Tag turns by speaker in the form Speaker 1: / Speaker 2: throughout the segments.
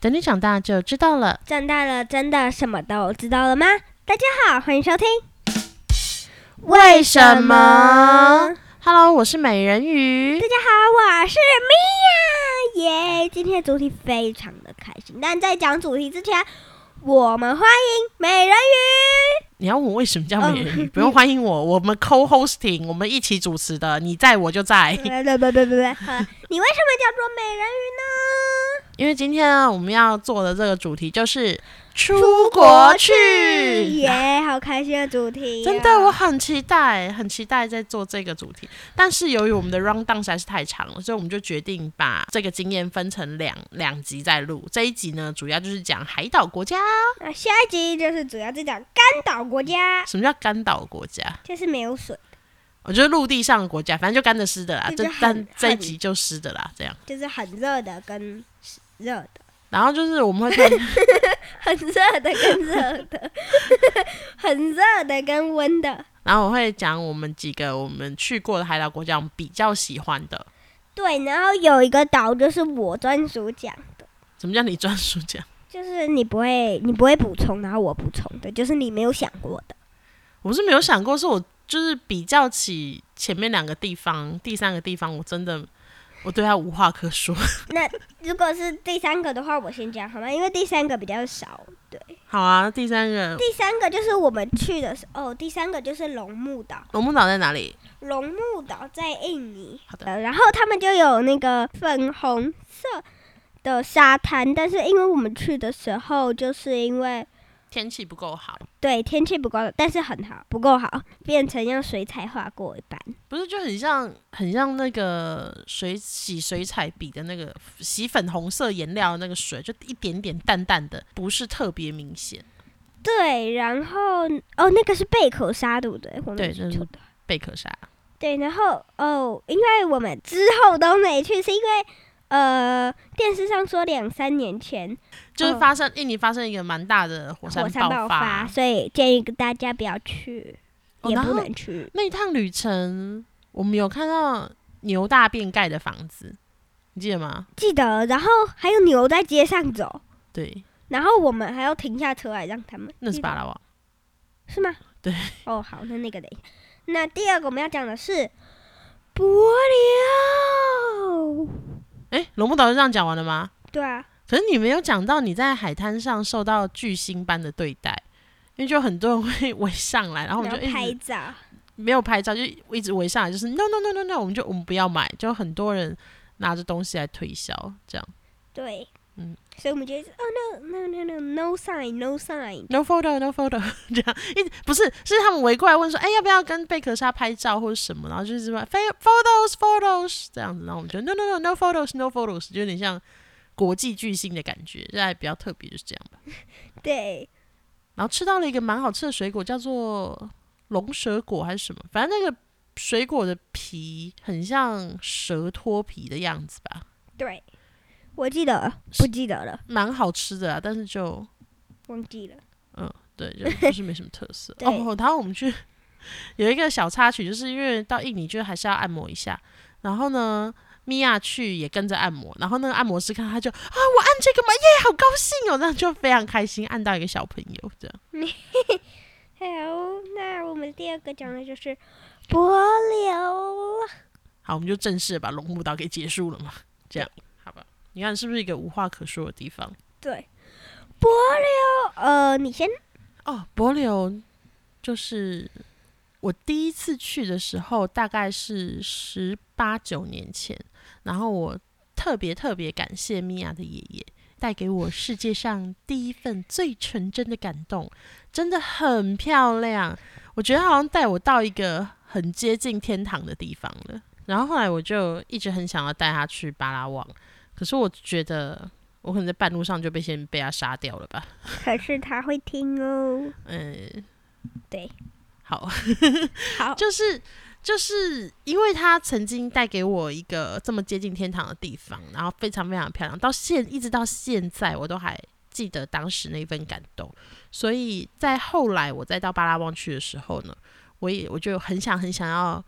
Speaker 1: 等你长大就知道了。
Speaker 2: 长大了真的什么都知道了吗？大家好，欢迎收听。
Speaker 1: 为什么？Hello，我是美人鱼
Speaker 2: 大。家好，我是米娅，耶！今天的主题非常的开心，但在讲主题之前，我们欢迎美人 鱼。
Speaker 1: 你要问我为什么叫美人鱼？不用欢迎我， 我们 co-hosting，我们一起主持的，你在我就 在。
Speaker 2: 别别别别别！好了你为什么叫做美人鱼
Speaker 1: 因为今天呢，我们要做的这个主题就是出
Speaker 2: 国
Speaker 1: 国
Speaker 2: 去呢？
Speaker 1: 去。
Speaker 2: 耶，好开心的主题、啊
Speaker 1: 真的，我。很期待，很期待在做这个主题。但是由于我们的 round down 实在是太长了，所以我们就决定把这个经验分成两两集再录。这一集呢，主要就是讲海岛国家。
Speaker 2: 那下一集就是主要是讲干岛国家，
Speaker 1: 什么叫干岛国家？
Speaker 2: 就是没有水，
Speaker 1: 我觉得陆地上的国家，反正就干的湿的啦。
Speaker 2: 就
Speaker 1: 这
Speaker 2: 是很
Speaker 1: 但这一
Speaker 2: 很
Speaker 1: 集就湿的啦，这样。
Speaker 2: 就是很热的跟热的。
Speaker 1: 然后就是我们会 推，
Speaker 2: 很热的跟热的， 很热的跟温的。
Speaker 1: 然后我会讲我们几个我们去过的海岛国家，我们比较喜欢的。
Speaker 2: 对，然后有一个岛就是我专属讲的，
Speaker 1: 什么叫你专属讲？
Speaker 2: 就是你不会你不会补充，然后我补充的，就是你没有想过的。
Speaker 1: 我是没有想过，是我就是比较起前面两个地方，第三个地方我真的我对他无话可说。
Speaker 2: 如果是第三个的话，我先讲好吗？因为第三个比较少。对，
Speaker 1: 好啊，第三个
Speaker 2: 第三个就是我们去的时候，第三个就是龙目岛。
Speaker 1: 龙目岛在哪里？
Speaker 2: 龙目岛在印尼，
Speaker 1: 好的
Speaker 2: 呃然后他们就有那个粉红色的沙滩，但是因为我们去的时候，就是因为
Speaker 1: 天气不够好，
Speaker 2: 对，天气不够，但是很好，不够好，变成用水彩画过一半。
Speaker 1: 不是就很像很像那个水洗水彩笔的那个洗粉红色颜料的那个水，就一点点淡淡的，不是特别明显。
Speaker 2: 对，然后哦，那个是贝壳沙，对不对？我
Speaker 1: 对
Speaker 2: 没记
Speaker 1: 那是
Speaker 2: 错的话
Speaker 1: 贝壳沙，
Speaker 2: 对，然后哦，因为我们之后都没去，是因为呃，电视上说两三年前
Speaker 1: 就是
Speaker 2: 嗯
Speaker 1: 发生、印尼发生一个蛮大的火山
Speaker 2: 火山爆
Speaker 1: 发，
Speaker 2: 所以建议大家不要去，
Speaker 1: 哦
Speaker 2: 也
Speaker 1: 然
Speaker 2: 不
Speaker 1: 后
Speaker 2: 能去。
Speaker 1: 那一趟旅程，我们有看到牛大便盖的房子，你记得吗？
Speaker 2: 记得，然后还有牛在街上走，
Speaker 1: 对，
Speaker 2: 然后我们还要停下车来让他们。
Speaker 1: 那是
Speaker 2: 记得
Speaker 1: 巴拉望。
Speaker 2: 是吗？
Speaker 1: 对。
Speaker 2: 哦，好，那那个等一下。那第二个我们要讲的是柏里奥。
Speaker 1: 诶，龙目岛就这样讲完了吗？
Speaker 2: 哦对啊，
Speaker 1: 可是你没有讲到你在海滩上受到巨星般的对待，因为就很多人会 围上来，然后我
Speaker 2: 然
Speaker 1: 们
Speaker 2: 后
Speaker 1: 就一
Speaker 2: 拍
Speaker 1: 直
Speaker 2: 照，
Speaker 1: 没有拍照，就一直围上来，就是 no no no no no，我们就我们不要买，就很多人拿着东西来推销，这样
Speaker 2: 对，
Speaker 1: 嗯，
Speaker 2: 所以我们就一直哦，no no no no no sign no sign，
Speaker 1: no photo no photo 这样一直不是是他们围过来问说，哎、要不要跟贝壳莎拍照或者什么，然后就是什么 photos photos 这样子，然后我们就 no no no no photos no photos，就有点像国际巨星的感觉，这还比较特别，就是这样吧。
Speaker 2: 对，
Speaker 1: 然后吃到了一个蛮好吃的水果，叫做龙舌果还是什么，反正那个水果的皮很像蛇脱皮的样子吧，
Speaker 2: 对，我记得了，不记得了，
Speaker 1: 蛮好吃的啊，但是就
Speaker 2: 忘记了。
Speaker 1: 嗯，对，就就是没什么特色。
Speaker 2: 对
Speaker 1: 哦，然后我们去有一个小插曲，就是因为到印尼就还是要按摩一下，然后呢。米娅去也跟着按摩，然后那个按摩师看到他就啊，我按这个嘛，耶，好高兴哦，那就非常开心，按到一个小朋友这样。
Speaker 2: 好，那我们第二个讲的就是哦柏流。
Speaker 1: 好，我们就正式地把龙目岛给结束了嘛，这样好吧？你看是不是一个无话可说的地方？
Speaker 2: 对，柏流，呃，你先，
Speaker 1: 哦，柏柳就是我第一次去的时候，大概是十八九年前，然后我特别特别感谢米娅的爷爷。带给我世界上第一份最纯真的感动，真的很漂亮。我觉得好像带我到一个很接近天堂的地方了。然后后来我就一直很想要带他去巴拉望，可是我觉得我可能在半路上就被先被他杀掉了吧。
Speaker 2: 可是他会听哦。
Speaker 1: 嗯，
Speaker 2: 对，
Speaker 1: 好，
Speaker 2: 好，
Speaker 1: 就是就是因为他曾经带给我一个这么接近天堂的地方，然后非常非常漂亮，到现一直到现在我都还记得当时那份感动，所以在后来我再到巴拉望去的时候呢，我也我就很想很想要。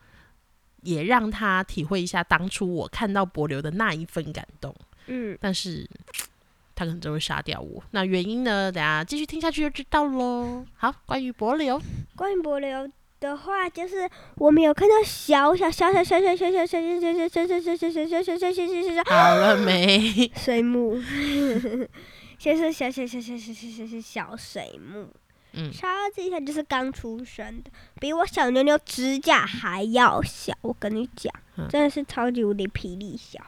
Speaker 1: 也让他体会一下当初我看到柏流的那一份感动，
Speaker 2: 嗯。
Speaker 1: 但是他可能就会杀掉我。那原因呢？大家继续听下去就知道喽。好，关于柏流，
Speaker 2: 关于柏流的话，就是我们有看到小小小小小小小小小小小小小小小小小小小小小小
Speaker 1: 好了没？
Speaker 2: 水母，就是小小小小小小小小小水母，
Speaker 1: 嗯，
Speaker 2: 超级小，就是刚出生的，比我小妞妞指甲还要小。我跟你讲
Speaker 1: 嗯，
Speaker 2: 真的是超级无敌霹雳小。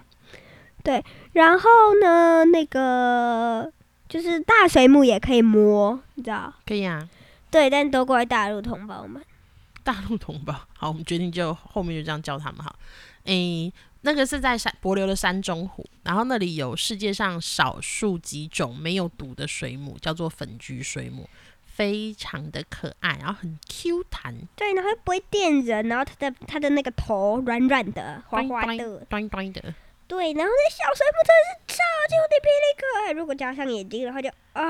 Speaker 2: 对，然后呢，那个就是大水母也可以摸，你知道？
Speaker 1: 可以啊。
Speaker 2: 对，但都怪大陆同胞们。
Speaker 1: 大陆同胞，好，我们决定就后面就这样叫他们哈。诶、那个是在山柏流的山中湖，然后那里有世界上少数几种没有毒的水母，叫做粉菊水母，非常的可爱，然后很 Q 弹，
Speaker 2: 对，然后又不会电人，然后它的它的那个头软软的、滑滑的，
Speaker 1: 端端的。
Speaker 2: 对，然后那小水母真的是超级无敌霹雳可爱，如果加上眼睛的话就啊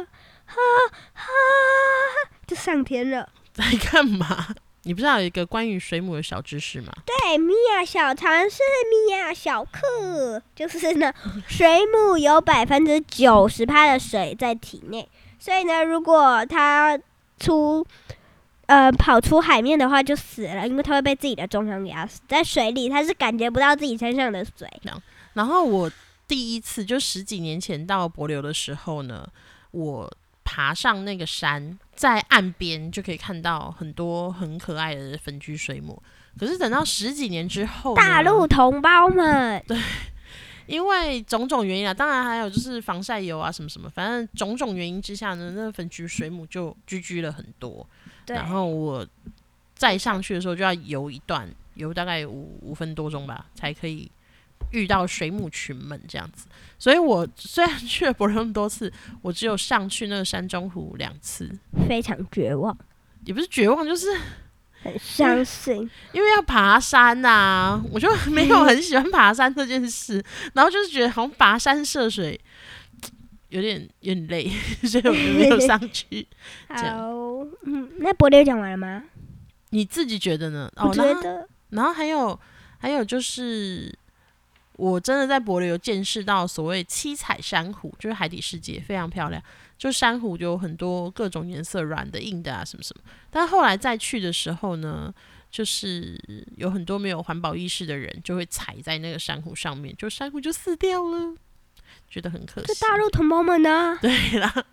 Speaker 2: 啊啊，就上天了。
Speaker 1: 在干嘛？你不知道有一个关于水母的小知识吗？
Speaker 2: 对，米娅小常识，米娅小克，就是呢， 水母有百分之九十趴的水在体内，所以呢，如果它出呃跑出海面的话，就死了，因为它会被自己的重量给压死。在水里，它是感觉不到自己身上的水。
Speaker 1: 然后我第一次就十几年前到柏流的时候呢，我爬上那个山，在岸边就可以看到很多很可爱的粉居水母。可是等到十几年之后呢，
Speaker 2: 大陆同胞们，
Speaker 1: 因为种种原因啊，当然还有就是防晒油啊什么什么，反正种种原因之下呢，那粉居水母就居居了很多。
Speaker 2: 对，
Speaker 1: 然后我再上去的时候就要游一段，游大概五五分多钟吧，才可以遇到水母群们这样子。所以我虽然去了 博那么多次，我只有上去那个山中湖两次，
Speaker 2: 非常绝望，
Speaker 1: 也不是绝望，就是
Speaker 2: 很伤心。
Speaker 1: 因为要爬山呐、我 就没有很喜欢爬山这件事，然后就是觉得好像跋山涉水。有点有点累， 所以我就没有上去。
Speaker 2: 好
Speaker 1: 这样，
Speaker 2: 嗯，那柏流讲完了吗？
Speaker 1: 你自己觉得呢？哦，
Speaker 2: 我觉
Speaker 1: 那
Speaker 2: 得
Speaker 1: 然后还有还有就是，我真的在柏流有见识到所谓七彩珊瑚，就是海底世界非常漂亮，就珊瑚就有很多各种颜色，软的、硬的啊，什么什么。但后来再去的时候呢，就是有很多没有环保意识的人就会踩在那个珊瑚上面，就珊瑚就死掉了，觉得很可惜
Speaker 2: 这。大陆同胞们呢？
Speaker 1: 对啦，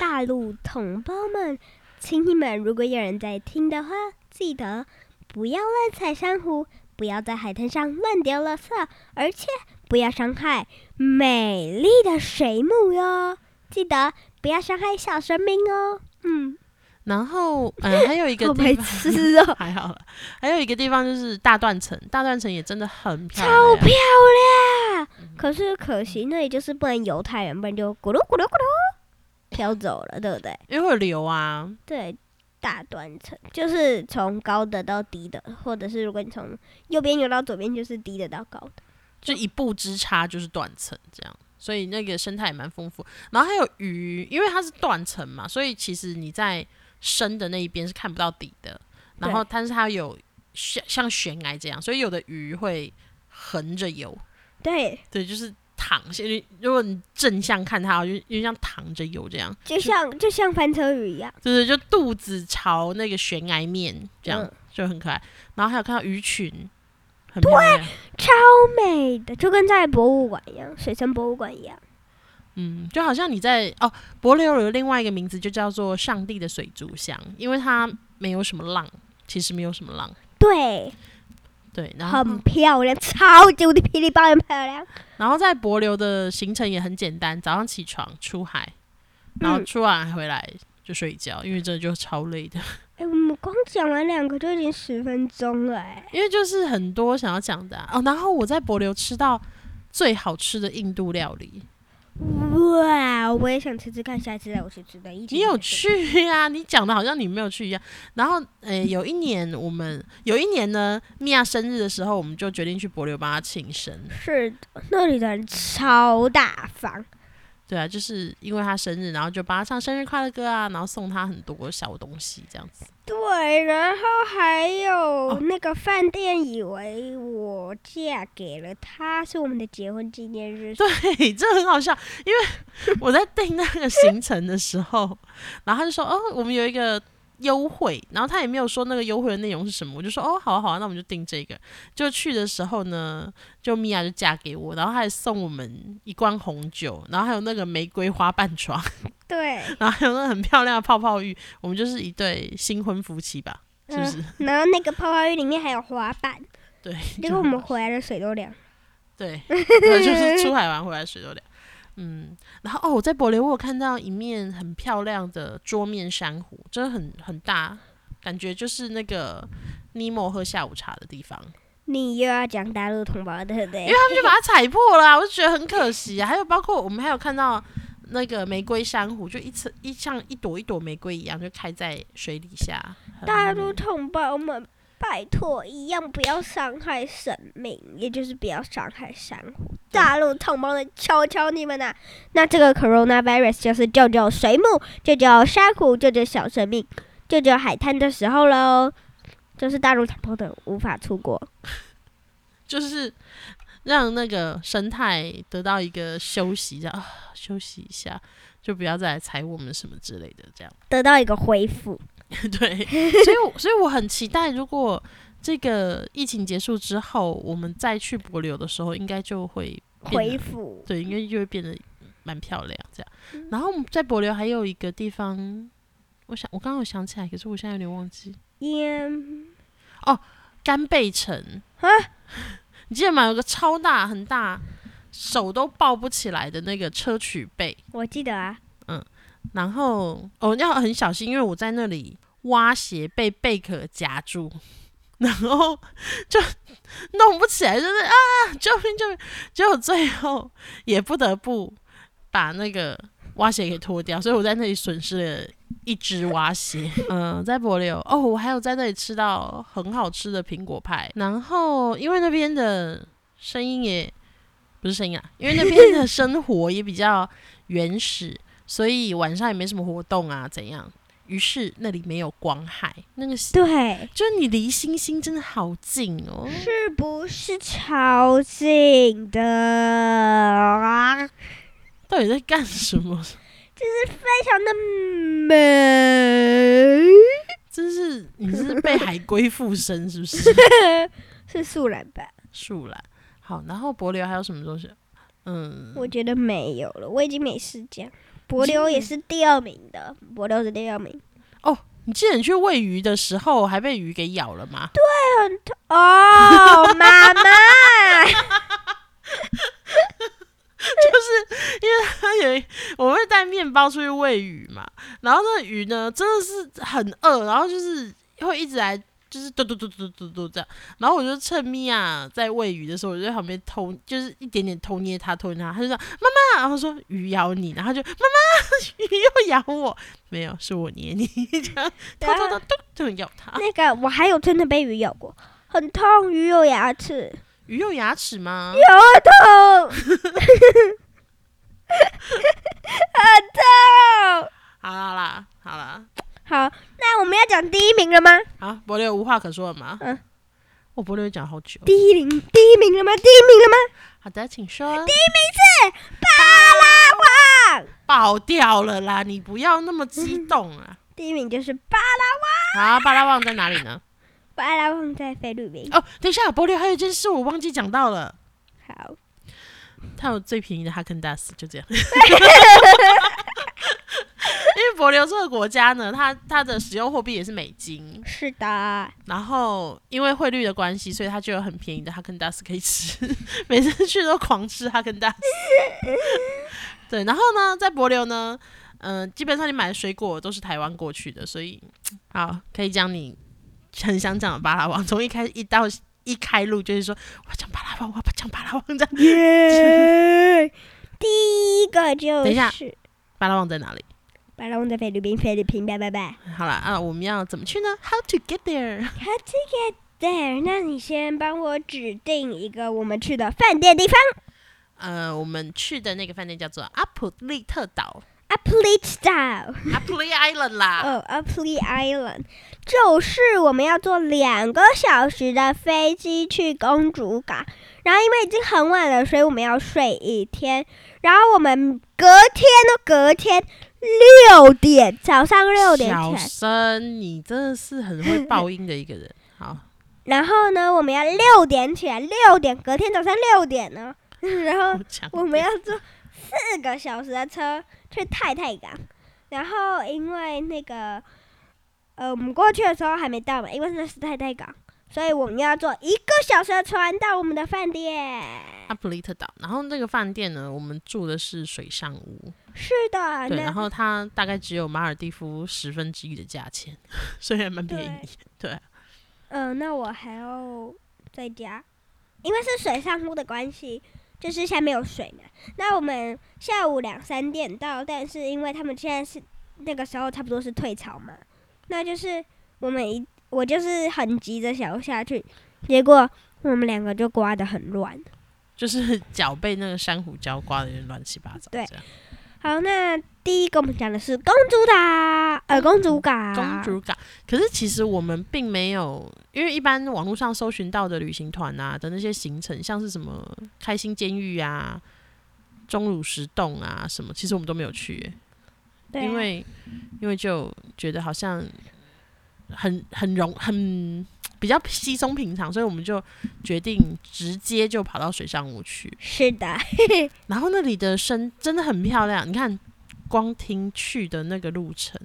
Speaker 2: 大陆同胞们，请你们如果有人在听的话，记得不要乱踩珊瑚，不要在海滩上乱丢垃圾，而且不要伤害美丽的水母哟。记得不要伤害小生命哦。嗯，
Speaker 1: 然后嗯，还有一个
Speaker 2: 好
Speaker 1: 地
Speaker 2: 白
Speaker 1: 方。
Speaker 2: 痴哦，
Speaker 1: 还好了，还有一个地方就是大断层，大断层也真的很漂亮，
Speaker 2: 超漂亮。 可是可惜那里就是不能犹太人，不然就咕噜咕噜咕噜飘走了，对不对？
Speaker 1: 因为会流啊，
Speaker 2: 对，大断层就是从高的到低的，或者是如果你从右边游到左边，就是低的到高的。
Speaker 1: 就一步之差就是断层这样，所以那个生态也蛮丰富。然后还有鱼，因为它是断层嘛，所以其实你在深的那一边是看不到底的。然后，但是它有像像悬崖这样，所以有的鱼会横着游，
Speaker 2: 对，
Speaker 1: 对，就是躺下。你如果你正向看它，就就像躺着游这样，
Speaker 2: 就像就像翻车鱼一样，
Speaker 1: 就是就肚子朝那个悬崖面这样，
Speaker 2: 嗯
Speaker 1: 就很可爱。然后还有看到鱼群，很漂亮。
Speaker 2: 超美的，就跟在博物馆一样，水生博物馆一样。
Speaker 1: 嗯，就好像你在哦，柏流有另外一个名字就叫做上帝的水族箱，因为它没有什么浪，其实没有什么浪。
Speaker 2: 对，
Speaker 1: 对，然后
Speaker 2: 很漂亮，超级无敌霹雳爆般漂亮。
Speaker 1: 然后在柏流的行程也很简单，早上起床出海，然后
Speaker 2: 嗯
Speaker 1: 出完海回来就睡觉，因为真的就超累的。
Speaker 2: 哎、我们光讲完两个就已经十分钟了、哎，
Speaker 1: 因为就是很多想要讲的啊、哦。然后我在柏流吃到最好吃的印度料理，
Speaker 2: 哇，我也想吃吃看，下一次带我去吃的。一起
Speaker 1: 你有
Speaker 2: 再说？
Speaker 1: 去呀、 你讲的好像你没有去一样。然后，诶、有一年我们有一年呢，米娅生日的时候，我们就决定去柏流帮她庆生。
Speaker 2: 是的，那里的人超大方，
Speaker 1: 对啊，就是因为他生日，然后就帮他唱生日快乐歌啊，然后送他很多小东西这样子。
Speaker 2: 对，然后还有那个饭店以为我嫁给了他，是我们的结婚纪念日。
Speaker 1: 对，这很好笑，因 为我在订那个行程的时候，然后他就说：“哦，我们有一个优惠。”然后他也没有说那个优惠的内容是什么，我就说：“哦，好啊，好啊，那我们就订这个。”就去的时候呢，就米娅就嫁给我，然后他还送我们一罐红酒，然后还有那个玫瑰花瓣床，
Speaker 2: 对，
Speaker 1: 然后还有那个很漂亮的泡泡浴。我们就是一对新婚夫妻吧，是不是？
Speaker 2: 然后那个泡泡浴里面还有滑板，
Speaker 1: 对，
Speaker 2: 结
Speaker 1: 就
Speaker 2: 果我
Speaker 1: 很
Speaker 2: 们
Speaker 1: 好
Speaker 2: 回来的水都凉。
Speaker 1: 对，对，就是出海玩回来水都凉。嗯，然后哦，我在博雷沃看到一面很漂亮的桌面珊瑚，真的很很大，感觉就是那个尼莫喝下午茶的地方，
Speaker 2: 你又要讲大陆同胞，对不对
Speaker 1: 因为？他们就把它踩破了啊、我就觉得很可惜、啊。还有包括我们还有看到那个玫瑰珊瑚，就一层一像一朵一朵玫瑰一样，就开在水底下。很
Speaker 2: 大
Speaker 1: 美
Speaker 2: 陆同胞们，拜托，一样不要伤害生命，也就是不要伤害珊瑚。大陆同胞们，求求你们啦、啊那这个 coronavirus 就是救救水母，救救珊瑚，救救小生命，救救海滩的时候喽。就是大陆同胞的无法出国，
Speaker 1: 就是让那个生态得到一个休息，这样啊，休息一下，就不要再来踩我们什么之类的，这样
Speaker 2: 得到一个恢复。
Speaker 1: 对。所以我，所以我很期待，如果这个疫情结束之后，我们再去柏流的时候，应该就会变
Speaker 2: 恢
Speaker 1: 得
Speaker 2: 复
Speaker 1: 对，应该就会变得蛮漂亮这样。然后我们在柏流还有一个地方，我想我刚刚有想起来，可是我现在有点忘记
Speaker 2: 烟
Speaker 1: 甘贝城 你记得吗？有个超大很大，手都抱不起来的那个车曲背，
Speaker 2: 我记得啊，
Speaker 1: 然后哦要很小心，因为我在那里挖鞋被贝壳夹住，然后就弄不起来，就是啊救命救命！结果最后也不得不把那个蛙鞋给脱掉，所以我在那里损失了一只蛙鞋。嗯，在柏流哦，我还有在那里吃到很好吃的苹果派，然后因为那边的声音也不是声音啊，因为那边的生活也比较原始，所以晚上也没什么活动啊，怎样？于是那里没有光害，那个是
Speaker 2: 对，
Speaker 1: 就是你离星星真的好近哦。
Speaker 2: 是不是超近的啊？
Speaker 1: 到底在干什么？
Speaker 2: 非常的美，
Speaker 1: 真是你是被海龟附身是不是？
Speaker 2: 是素然吧？
Speaker 1: 树懒。好，然后柏流还有什么东西？嗯，
Speaker 2: 我觉得没有了，我已经没事讲。柏流也是第二名的，柏流是第二名。
Speaker 1: 你记得你去喂鱼的时候还被鱼给咬了吗？对，
Speaker 2: 哦， 妈妈，
Speaker 1: 他有一我会带面包出去喂鱼嘛，然后那个鱼呢真的是很饿，然后就是会一直来。就是嘟嘟嘟嘟嘟嘟这样，然后我就趁米娅在喂鱼的时候，我就在旁边偷，就是一点点偷捏它，偷捏它，它就说妈妈，然后说鱼咬你，然后它就妈妈鱼又咬我，没有是我捏你，这样偷偷的嘟就咬它。
Speaker 2: 那个我还有真的被鱼咬过，很痛，鱼有牙齿，
Speaker 1: 鱼有牙齿吗？
Speaker 2: 痛， 很痛。
Speaker 1: 好啦好啦好啦，
Speaker 2: 好，那我们要讲第一名了吗？
Speaker 1: 好，柏流无话可说了吗？
Speaker 2: 嗯，
Speaker 1: 我柏流讲好久。
Speaker 2: 第一名，第一名了吗？第一名了吗？
Speaker 1: 好的，请说。
Speaker 2: 巴拉望，
Speaker 1: 爆掉了啦！你不要那么激动 啊。
Speaker 2: 第一名就是巴拉望。
Speaker 1: 好，巴拉望在哪里呢？
Speaker 2: 巴拉望在菲律宾。
Speaker 1: 哦，等一下，柏流还有一件事我忘记讲到了，
Speaker 2: 好，
Speaker 1: 他有最便宜的哈根达斯，就 这样。因为柏流这个国家呢，它它的使用货币也是美金，
Speaker 2: 是的，
Speaker 1: 然后因为汇率的关系，所以它就有很便宜的哈根达斯可以吃， 每次去都狂吃哈根达斯。 对，然后呢，在柏流呢，嗯、基本上你买的水果都是台湾过去的，所以好可以讲你很想讲的巴拉望，从一开一到一开路就是说我要讲巴拉望，我要讲巴拉望，这样
Speaker 2: 耶！ 第一个就
Speaker 1: 等一下
Speaker 2: 是
Speaker 1: 巴拉望在哪里？
Speaker 2: 巴拉望在菲律宾，菲律宾，拜拜拜。
Speaker 1: 好了啊，我们要怎么去呢？How to get there？
Speaker 2: 好，这个 there，那你先帮我指定一个我们去的饭店地方。
Speaker 1: 呃，我们去的那个饭店叫做阿普利特岛
Speaker 2: a p l e Town。
Speaker 1: 阿普利 Island 啦。
Speaker 2: 哦 u p l e Island，就是我们要坐两个小时的飞机去公主港，然后因为已经很晚了，所以我们要睡一天，然后我们隔天呢，隔天六点早上六点
Speaker 1: 小
Speaker 2: 前，
Speaker 1: 生，你真的是很会报音的一个 人。好，
Speaker 2: 然后呢，我们要六点起来，六点隔天早上六点呢， 然后
Speaker 1: 我讲
Speaker 2: 哦 我们要坐四个小时的车去太太港，然后因为那个，呃，我们过去的时候还没到嘛，因为那是太太港，所以我们要坐一个小时的船到我们的饭店。
Speaker 1: 阿普利特岛，然后那个饭店呢，我们住的是水上屋，
Speaker 2: 是的，
Speaker 1: 对，然
Speaker 2: 那
Speaker 1: 后它大概只有马尔蒂夫十分之一的价钱， 所以还蛮便宜。对啊，
Speaker 2: 嗯、呃那我还要在家，因为是水上屋的关系。就是下面有水嘛，那我们下午两三点到，但是因为他们现在是那个时候差不多是退潮嘛，那就是我们一我就是很急着想要下去，结果我们两个就刮得很乱。
Speaker 1: 就是脚被那个珊瑚礁刮的乱七八糟，
Speaker 2: 对
Speaker 1: 这样。
Speaker 2: 好，那第一个我们讲的是公主岛，呃，公主港，
Speaker 1: 嗯公主港。可是其实我们并没有，因为一般网络上搜寻到的旅行团啊的那些行程，像是什么开心监狱啊、钟乳石洞啊什么，其实我们都没有去耶、
Speaker 2: 对啊、
Speaker 1: 因为因为就觉得好像很很容很比较稀松平常，所以我们就决定直接就跑到水上屋去。
Speaker 2: 是的，
Speaker 1: 然后那里的山真的很漂亮，你看，光听去的那个路程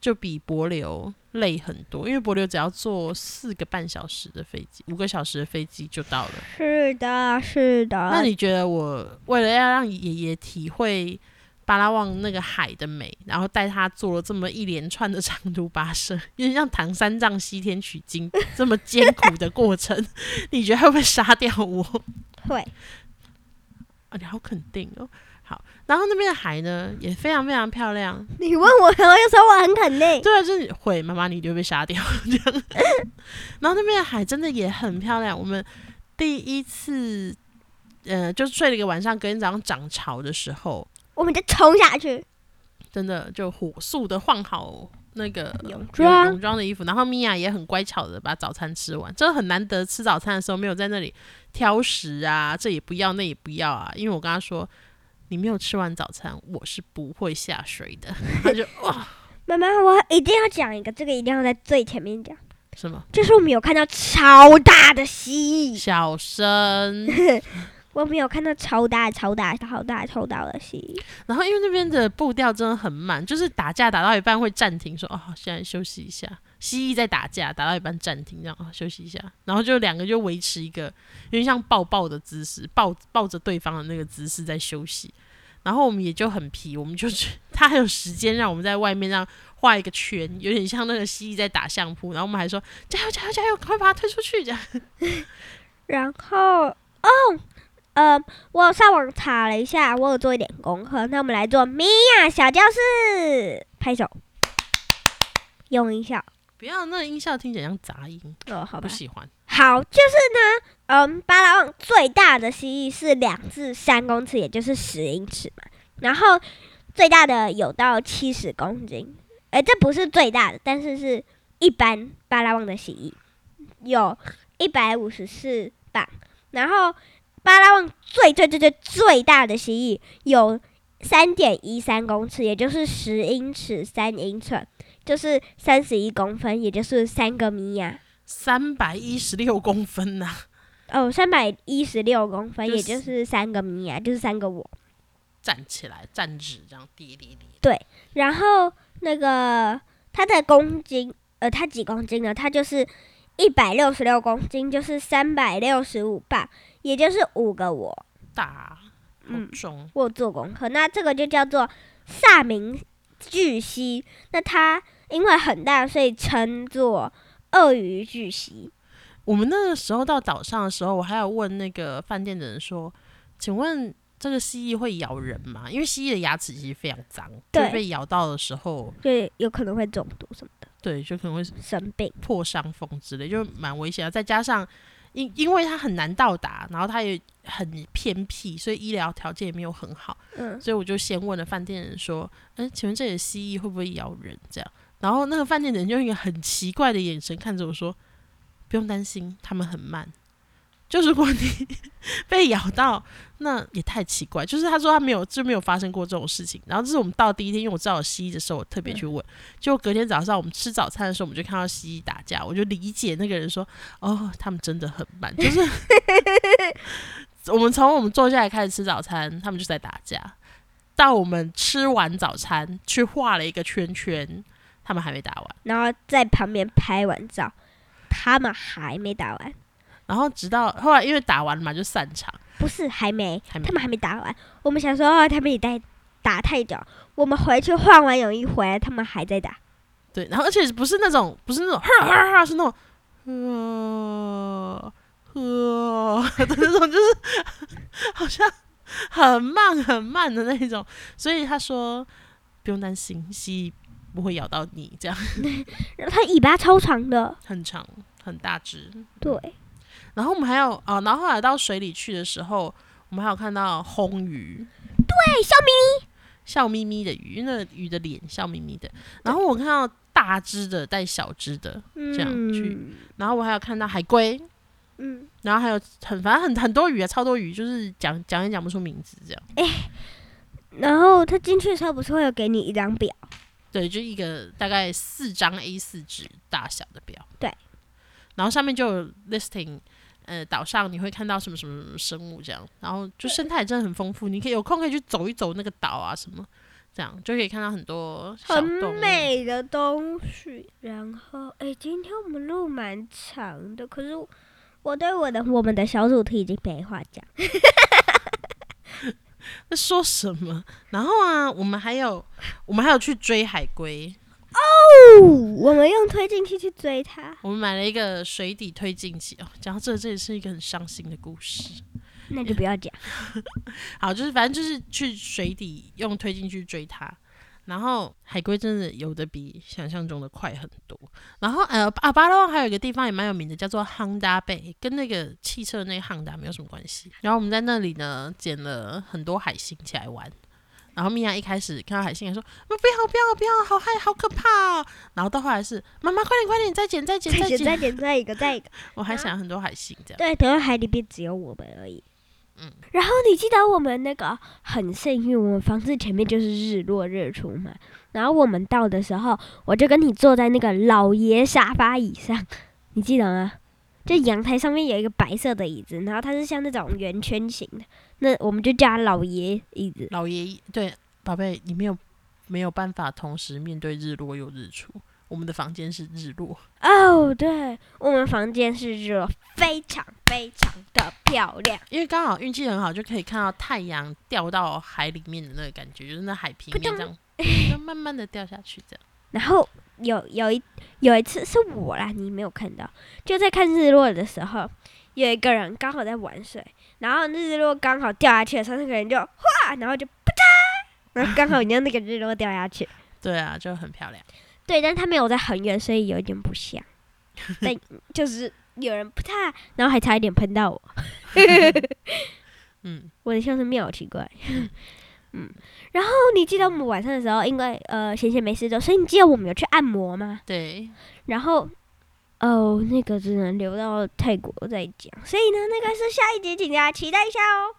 Speaker 1: 就比柏流累很多，因为柏流只要坐四个半小时的飞机，五个小时的飞机就到了。
Speaker 2: 是的，是的。
Speaker 1: 那你觉得我为了要让爷爷体会巴拉望那个海的美，然后带他做了这么一连串的长途跋涉，有点像唐三藏西天取经这么艰苦的过程，你觉得他会不会杀掉我？
Speaker 2: 会
Speaker 1: 啊，你好肯定哦。好，然后那边的海呢也非常非常漂亮。
Speaker 2: 你问我，然后又说我很肯定，
Speaker 1: 对啊，就是会妈妈你就会被杀掉这样。然后那边的海真的也很漂亮。我们第一次，呃，就睡了一个晚上，隔天早上涨潮的时候，
Speaker 2: 我们就冲下去。
Speaker 1: 真的就火速的换好那个
Speaker 2: 泳
Speaker 1: 泳
Speaker 2: 装
Speaker 1: 泳装的衣服，然后米娅也很乖巧的把早餐吃完，真的很难得吃早餐的时候没有在那里挑食啊，这也不要那也不要啊，因为我跟她说你没有吃完早餐，我是不会下水的。 她就哇
Speaker 2: 妈妈，我一定要讲一个，这个一定要在最前面讲，
Speaker 1: 什么
Speaker 2: 就是我们有看到超大的蜥蜴。
Speaker 1: 小声，
Speaker 2: 我没有看到超大、超大、超大、超大的蜥蜴。
Speaker 1: 然后因为那边的步调真的很慢，就是打架打到一半会暂停说，哦，现在休息一下。蜥蜴在打架，打到一半暂停，这样啊、哦休息一下，然后就两个就维持一个有点像抱抱的姿势，抱抱着对方的那个姿势在休息。然后我们也就很皮，我们就去，他还有时间让我们在外面让画一个圈，有点像那个蜥蜴在打相扑。然后我们还说加油加油加油，赶快把它推出去！这样
Speaker 2: 然后，哦，呃，我上网查了一下，我有做一点功课。那我们来做米娅小教室，拍手，用一下。
Speaker 1: 不要那个音效听起来像杂音，
Speaker 2: 哦，好
Speaker 1: 不喜欢。
Speaker 2: 好，就是呢，嗯，巴拉望最大的蜥蜴是两至三公尺，也就是十英尺嘛。然后最大的有到七十公斤，哎、这不是最大的，但是是一般巴拉望的蜥蜴，有一百五十四磅。然后巴拉望最最最最最大的蜥蜴有三点一三公尺，也就是十英尺三英寸，就是三十一公分，也就是三个米呀、
Speaker 1: 三百一十六公分呐、
Speaker 2: 哦，三百一十六公分，
Speaker 1: 就
Speaker 2: 也就是三个米娅，就是三个我。
Speaker 1: 站起来，站直，这样滴滴滴。
Speaker 2: 然后那个它的公斤，呃，它几公斤呢？它就是一百六十六公斤，就是三百六十五磅，也就是五个我。
Speaker 1: 大，好
Speaker 2: 嗯
Speaker 1: 重，
Speaker 2: 我有做功课，那这个就叫做萨明巨蜥。那它因为很大，所以称作鳄鱼巨蜥。
Speaker 1: 我们那个时候到岛上的时候，我还有问那个饭店的人说：“请问这个蜥蜴会咬人吗？”因为蜥蜴的牙齿其实非常脏，
Speaker 2: 对
Speaker 1: 就是被咬到的时候，
Speaker 2: 就有可能会中毒什么的，
Speaker 1: 对，就可能会
Speaker 2: 生病。
Speaker 1: 破伤风之类，就蛮危险的。再加上因因为它很难到达，然后它也很偏僻，所以医疗条件也没有很好，
Speaker 2: 嗯，
Speaker 1: 所以我就先问了饭店人说：“哎、请问这里的蜥蜴会不会咬人？”这样，然后那个饭店人就用一个很奇怪的眼神看着我说：“不用担心，他们很慢。就如果你 被咬到，那也太奇怪。就是他说他没有，就没有发生过这种事情。然后这是我们到第一天，因为我知道有蜥蜴的时候，我特别去问。就隔天早上我们吃早餐的时候，我们就看到蜥蜴打架，我就理解那个人说：哦，他们真的很慢，就是 我们从我们坐下来开始吃早餐，他们就在打架。”到我们吃完早餐去画了一个圈圈，他们还没打完。
Speaker 2: 然后在旁边拍完照，他们还没打完，
Speaker 1: 然后直到后来，因为打完了嘛，就散场。
Speaker 2: 不是还没，
Speaker 1: 还没
Speaker 2: 他们还没打完。我们想说、哦、他们也在打太久，我们回去换完泳衣回来，他们还在打。
Speaker 1: 对，然后而且不是那种，不是那种，呵呵呵，是那种，呵呵的那种，就是 好像很慢很慢的那一种。所以他说不用担心，蜥蜴不会咬到你，这样
Speaker 2: 然后它尾巴超长的，
Speaker 1: 很长很大只。
Speaker 2: 对，
Speaker 1: 然后我们还有啊、然后后来到水里去的时候，我们还有看到红鱼，对，
Speaker 2: 笑
Speaker 1: 眯眯，笑眯眯的鱼，那鱼的脸笑眯眯的。然后我看到大只的带小只的，
Speaker 2: 这
Speaker 1: 样去然后我还有看到海龟，
Speaker 2: 嗯，
Speaker 1: 然后还有很反正很很多鱼啊，超多鱼，就是讲讲也讲不出名字这样。
Speaker 2: 然后他进去的时候不是会有给你一张表，
Speaker 1: 对，就一个大概四张 A 四纸大小的表。
Speaker 2: 对，
Speaker 1: 然后上面就有 listing，呃，岛上你会看到什么什么什么生物这样，然后就生态真的很丰富，你可以有空可以去走一走那个岛啊什么，这样就可以看到很多小
Speaker 2: 很
Speaker 1: 动物。
Speaker 2: 美的东西。然后，哎，今天我们录蛮长的，可是我我对我的我们的小主题已经没话讲。
Speaker 1: 在说什么？然后啊，我们还有我们还有去追海龟，
Speaker 2: 哦，我们用推进器去追它，
Speaker 1: 我们买了一个水底推进器哦。讲到这，这也是一个很伤心的故事。
Speaker 2: 那就不 要讲。
Speaker 1: 好，就是反正就是去水底用推进去追它。然后海龟真的游得比想象中的快很多。然后呃，啊，巴拉望还有一个地方也蛮有名的，叫做 Honda Bay，跟那个汽车那个 Honda 没有什么关系。然后我们在那里呢捡了很多海星起来玩。然后米娅一开始看到海星，还说：“嗯不要不要不要，好害好可怕哦！”然后到后来是：“妈妈，快点快点，再捡再捡
Speaker 2: 再
Speaker 1: 再
Speaker 2: 点
Speaker 1: 捡
Speaker 2: 再点再一个再一个，！”
Speaker 1: 我还想很多海星这样。
Speaker 2: 对，等到海里边只有我们而已。
Speaker 1: 嗯，
Speaker 2: 然后你记得我们那个很幸运，我们房子前面就是日落日出嘛。然后我们到的时候，我就跟你坐在那个老爷沙发椅上， 你记得吗？就阳台上面有一个白色的椅子，然后它是像那种圆圈形的，那我们就叫它老爷椅子。
Speaker 1: 老爷爷，对，宝贝，你没有没有办法同时面对日落又日出。我们的房间是日落，
Speaker 2: 哦，对，我们房间是日落，非常非常的漂亮，
Speaker 1: 因为刚好运气很好，就可以看到太阳掉到海里面的那个感觉，就是那海平面这样，就慢慢的掉下去这样。
Speaker 2: 然后有有一有一次是我啦，你没有看到，就在看日落的时候，有一个人刚好在玩水，然后日落刚好掉下去的时候，那个人就哗，然后就啪嗒，然后刚好让那个日落掉下去。
Speaker 1: 对啊，就很漂亮。
Speaker 2: 对，但他没有在很远，所以有一点不像，但就是有人啪嗒，然后还差一点喷到我。
Speaker 1: 嗯，
Speaker 2: 我的笑声变好奇怪。嗯，然后你记得我们晚上的时候，因为呃闲闲没事做，所以你记得我们有去按摩吗？
Speaker 1: 对，
Speaker 2: 然后哦，那个只能留到泰国再讲，所以呢，那个是下一集，请大家期待一下哦。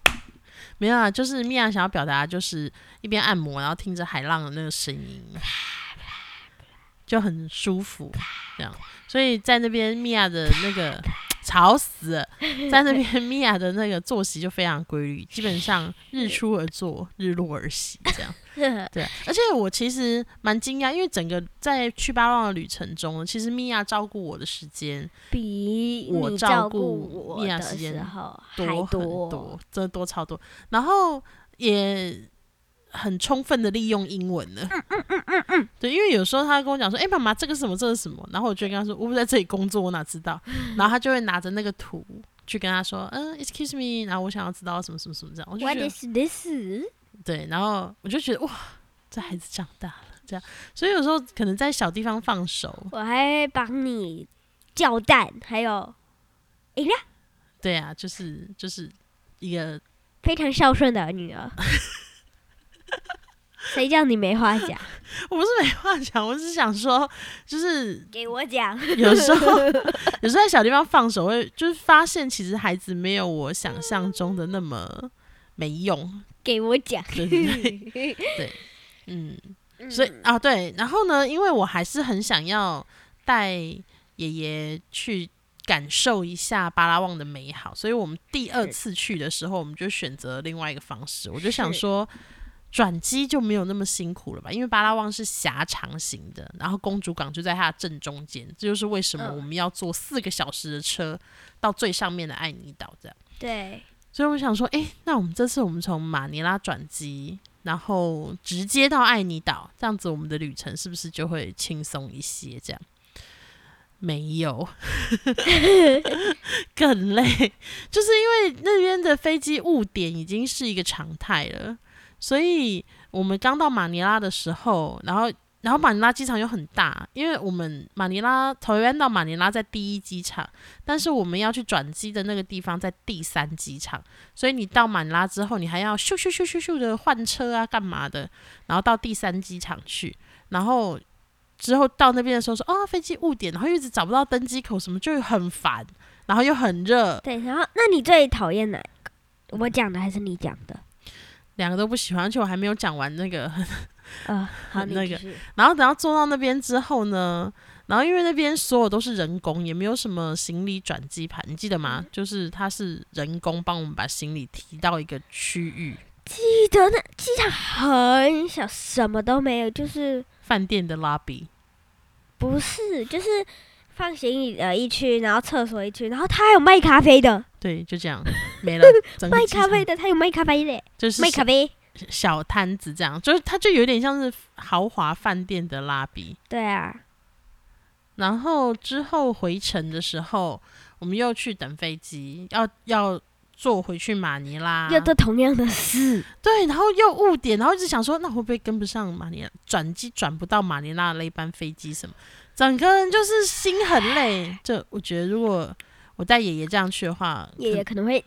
Speaker 1: 没有啊，就是米娅想要表达，就是一边按摩，然后听着海浪的那个声音，就很舒服，这样。所以在那边米娅的那个吵死了，在那边米娅的那个作息就非常规律，基本上日出而作，日落而息，这样。对，啊而且我其实蛮惊讶，因为整个在去巴旺的旅程中，其实米娅照顾我的时间
Speaker 2: 比
Speaker 1: 我
Speaker 2: 你
Speaker 1: 照
Speaker 2: 照
Speaker 1: 顾
Speaker 2: 顾我
Speaker 1: 米娅
Speaker 2: 的
Speaker 1: 时间
Speaker 2: 时候
Speaker 1: 多
Speaker 2: 还
Speaker 1: 很
Speaker 2: 多，
Speaker 1: 多，真的多超多，然后也很充分的利用英文了。嗯嗯嗯嗯 对，因为有时候他跟我讲说：“哎、妈妈，这个是什么，这个是什么。”然后我就会跟他说：“我不在这里工作，我哪知道？” 然后他就会拿着那个图去跟他说：“嗯，excuse me，然后我想要知道什么什么什么这样。”我就觉
Speaker 2: What
Speaker 1: 得
Speaker 2: is this？
Speaker 1: 对，然后我就觉得哇，这孩子长大了这样，所以有时候可能在小地方放手，
Speaker 2: 我还帮你叫蛋，还有饮料，
Speaker 1: 对啊，就是就是一个
Speaker 2: 非常孝顺的 女儿。谁叫你没话讲？
Speaker 1: 我不是没话讲，我只是想说，就是
Speaker 2: 给我讲。
Speaker 1: 有时候有时候在小地方放手会，就是发现其实孩子没有我想象中的那么没用，
Speaker 2: 给我讲。
Speaker 1: 对对嗯，所以啊对，然后呢，因为我还是很想要带爷爷去感受一下巴拉望的美好，所以我们第二次去的时候，我们就选择另外一个方式，我就想
Speaker 2: 是
Speaker 1: 说。转机就没有那么辛苦了吧？因为巴拉望是狭长型的，然后公主港就在它的正中间，这就是为什么
Speaker 2: 嗯
Speaker 1: 我们要坐四个小时的车到最上面的爱尼岛这样。
Speaker 2: 对，
Speaker 1: 所以我想说，诶，那我们这次我们从马尼拉转机，然后直接到爱尼岛，这样子我们的旅程是不是就会轻松一些？这样没有， 更累，就是因为那边的飞机误点已经是一个常态了，所以我们刚到马尼拉的时候，然后。然后马尼拉机场又很大，因为我们马尼拉台湾到马尼拉在第一机场，但是我们要去转机的那个地方在第三机场，所以你到满拉之后，你还要咻咻咻咻咻的换车啊，干嘛的？然后到第三机场去，然后之后到那边的时候说，哦，飞机误点，然后又一直找不到登机口，什么就很烦，然后又很热，
Speaker 2: 对，然后那你最讨厌哪一个？我讲的还是你讲的？
Speaker 1: 两个都不喜欢，而且我还没有讲完那个。
Speaker 2: 呃，好，你
Speaker 1: 那
Speaker 2: 继
Speaker 1: 个
Speaker 2: 续
Speaker 1: 然后等到坐到那边之后呢，然后因为那边所有都是人工，也没有什么行李转机盘，你记得
Speaker 2: 嗯
Speaker 1: 吗？就是它是人工帮我们把行李提到一个区域，
Speaker 2: 记得那机场很小，什么都没有，就是
Speaker 1: 饭店的 lobby。
Speaker 2: 不是就是放行李的一区，然后厕所一区，然后他还有卖咖啡的，
Speaker 1: 对，就这 样没了。整个
Speaker 2: 卖
Speaker 1: 机
Speaker 2: 咖
Speaker 1: 场
Speaker 2: 啡的，他有卖咖啡的，
Speaker 1: 就是
Speaker 2: 卖咖啡。
Speaker 1: 小小摊子这样，就是它就有点像是豪华饭店的拉比。
Speaker 2: 对啊，
Speaker 1: 然后之后回程的时候，我们又去等飞机，要要坐回去马尼拉，
Speaker 2: 又做同 样的事，
Speaker 1: 对，然后又误点，然后一直想说，那会不会跟不上马尼拉转机转不到马尼拉的那一班飞机什么？整个人就是心很累。这我觉得，如果我带爷爷这样去的话，
Speaker 2: 爷爷可能嗯会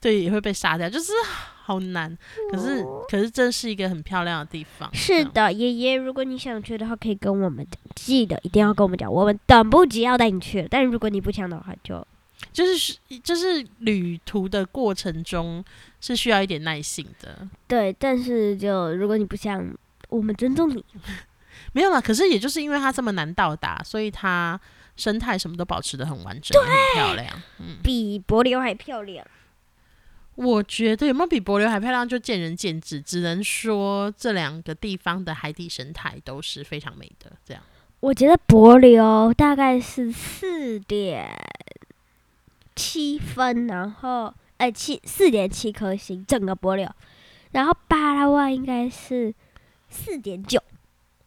Speaker 1: 对，也会被杀掉，就是啊好难。可是，可是这是一个很漂亮的地方。
Speaker 2: 哦是
Speaker 1: 这样，
Speaker 2: 的，爷爷，如果你想去的话，可以跟我们讲，记得一定要跟我们讲，我们等不及要带你去了。但如果你不想的话，就
Speaker 1: 就是就是旅途的过程中是需要一点耐性的。
Speaker 2: 对，但是就如果你不想，我们尊重你。
Speaker 1: 没有啦，可是也就是因为它这么难到达，所以它生态什么都保持的很完整，也很漂亮。
Speaker 2: 比柏流还漂亮。
Speaker 1: 我觉得有没有比帛琉还漂亮，就见仁见智。只能说这两个地方的海底生态都是非常美的。这样，
Speaker 2: 我觉得柏流大概是四点七分，然后呃七四点七颗星，整个柏流，然后巴拉望应该是四点九，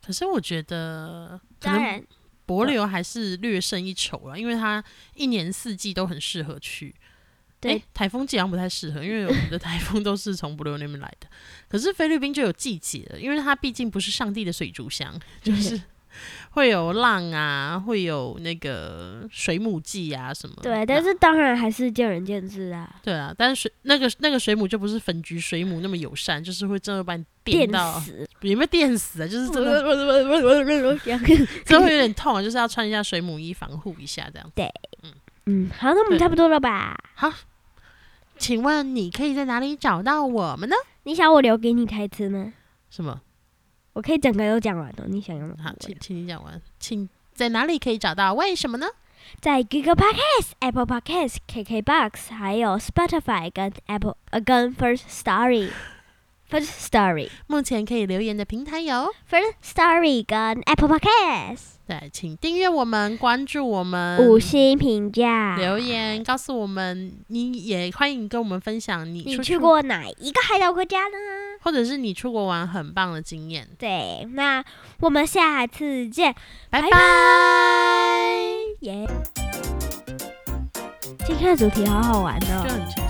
Speaker 1: 可是我觉得，可
Speaker 2: 当
Speaker 1: 能
Speaker 2: 然
Speaker 1: 帛琉还是略胜一筹了，因为它一年四季都很适合去。
Speaker 2: 对
Speaker 1: 诶台风季好像不太适合，因为我们的台风都是从帛琉那边来的。可是菲律宾就有季节了，因为它毕竟不是上帝的水族 箱，就是会有浪啊，会有那个水母季啊什么的。
Speaker 2: 对，但是当然还是见仁见智啊。
Speaker 1: 对啊，但是水那个那个水母就不是粉橘水母那么友善，就是会真的把你电
Speaker 2: 电
Speaker 1: 到，
Speaker 2: 死，
Speaker 1: 有没有电死啊？就是 真的，真的会
Speaker 2: 的。
Speaker 1: 有点痛啊，就是要穿一下水母衣防护一下这样。
Speaker 2: 嗯，好，那我们
Speaker 1: 对
Speaker 2: 差不多了吧？
Speaker 1: 请问你可以在哪里找到我们呢？
Speaker 2: 你想我留给你台词吗？
Speaker 1: 什么？
Speaker 2: 我可以整个都讲完了，哦你想要吗？
Speaker 1: 好，请请你讲完，请在哪里可以找到？为什么呢？
Speaker 2: 在 Google Podcast、Apple Podcast、KKBox，还有 Spotify 跟 Apple 呃跟 First Story、First Story、
Speaker 1: 目前可以留言的平台有，
Speaker 2: First Story 跟 Apple Podcast，、
Speaker 1: 对，请订阅我们，关注我们，
Speaker 2: 五星评价。
Speaker 1: 留言告诉我们，你也欢迎跟我们分享你
Speaker 2: 你
Speaker 1: 出
Speaker 2: 去
Speaker 1: 去，
Speaker 2: 过哪一个海岛国家呢？
Speaker 1: 或者是你出国玩很棒的经验。
Speaker 2: 对，那我们下次见，
Speaker 1: 拜拜
Speaker 2: 拜拜耶！今天的主题好好玩
Speaker 1: 就
Speaker 2: 哦，啊
Speaker 1: 很轻松。啊